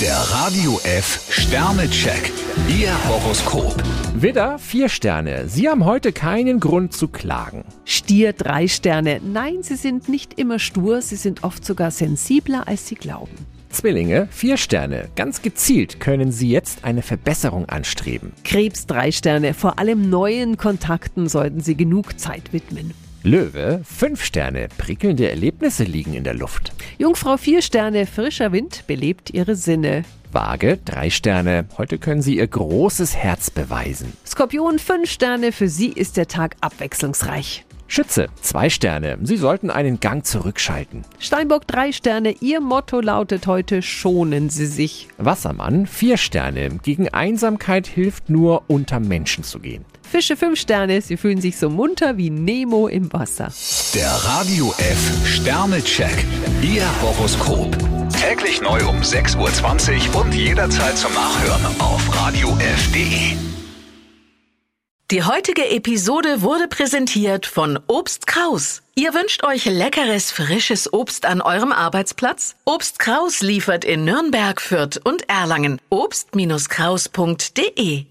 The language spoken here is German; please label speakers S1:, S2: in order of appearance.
S1: Der Radio F Sternecheck. Ihr Horoskop.
S2: Widder, vier Sterne. Sie haben heute keinen Grund zu klagen.
S3: Stier drei Sterne. Nein, sie sind nicht immer stur, sie sind oft sogar sensibler, als sie glauben.
S2: Zwillinge, vier Sterne. Ganz gezielt können Sie jetzt eine Verbesserung anstreben.
S3: Krebs drei Sterne. Vor allem neuen Kontakten sollten sie genug Zeit widmen.
S2: Löwe, fünf Sterne. Prickelnde Erlebnisse liegen in der Luft.
S3: Jungfrau vier Sterne. Frischer Wind belebt ihre Sinne.
S2: Waage, drei Sterne. Heute können Sie Ihr großes Herz beweisen.
S3: Skorpion fünf Sterne. Für sie ist der Tag abwechslungsreich.
S2: Schütze, zwei Sterne. Sie sollten einen Gang zurückschalten.
S3: Steinbock drei Sterne. Ihr Motto lautet heute: Schonen Sie sich.
S2: Wassermann, vier Sterne. Gegen Einsamkeit hilft nur, unter Menschen zu gehen.
S3: Fische fünf Sterne. Sie fühlen sich so munter wie Nemo im Wasser.
S1: Der Radio F Sternecheck. Ihr Horoskop. Täglich neu um 6.20 Uhr und jederzeit zum Nachhören auf Radio radiof.de.
S4: Die heutige Episode wurde präsentiert von Obst Kraus. Ihr wünscht euch leckeres, frisches Obst an eurem Arbeitsplatz? Obst Kraus liefert in Nürnberg, Fürth und Erlangen. Obst-Kraus.de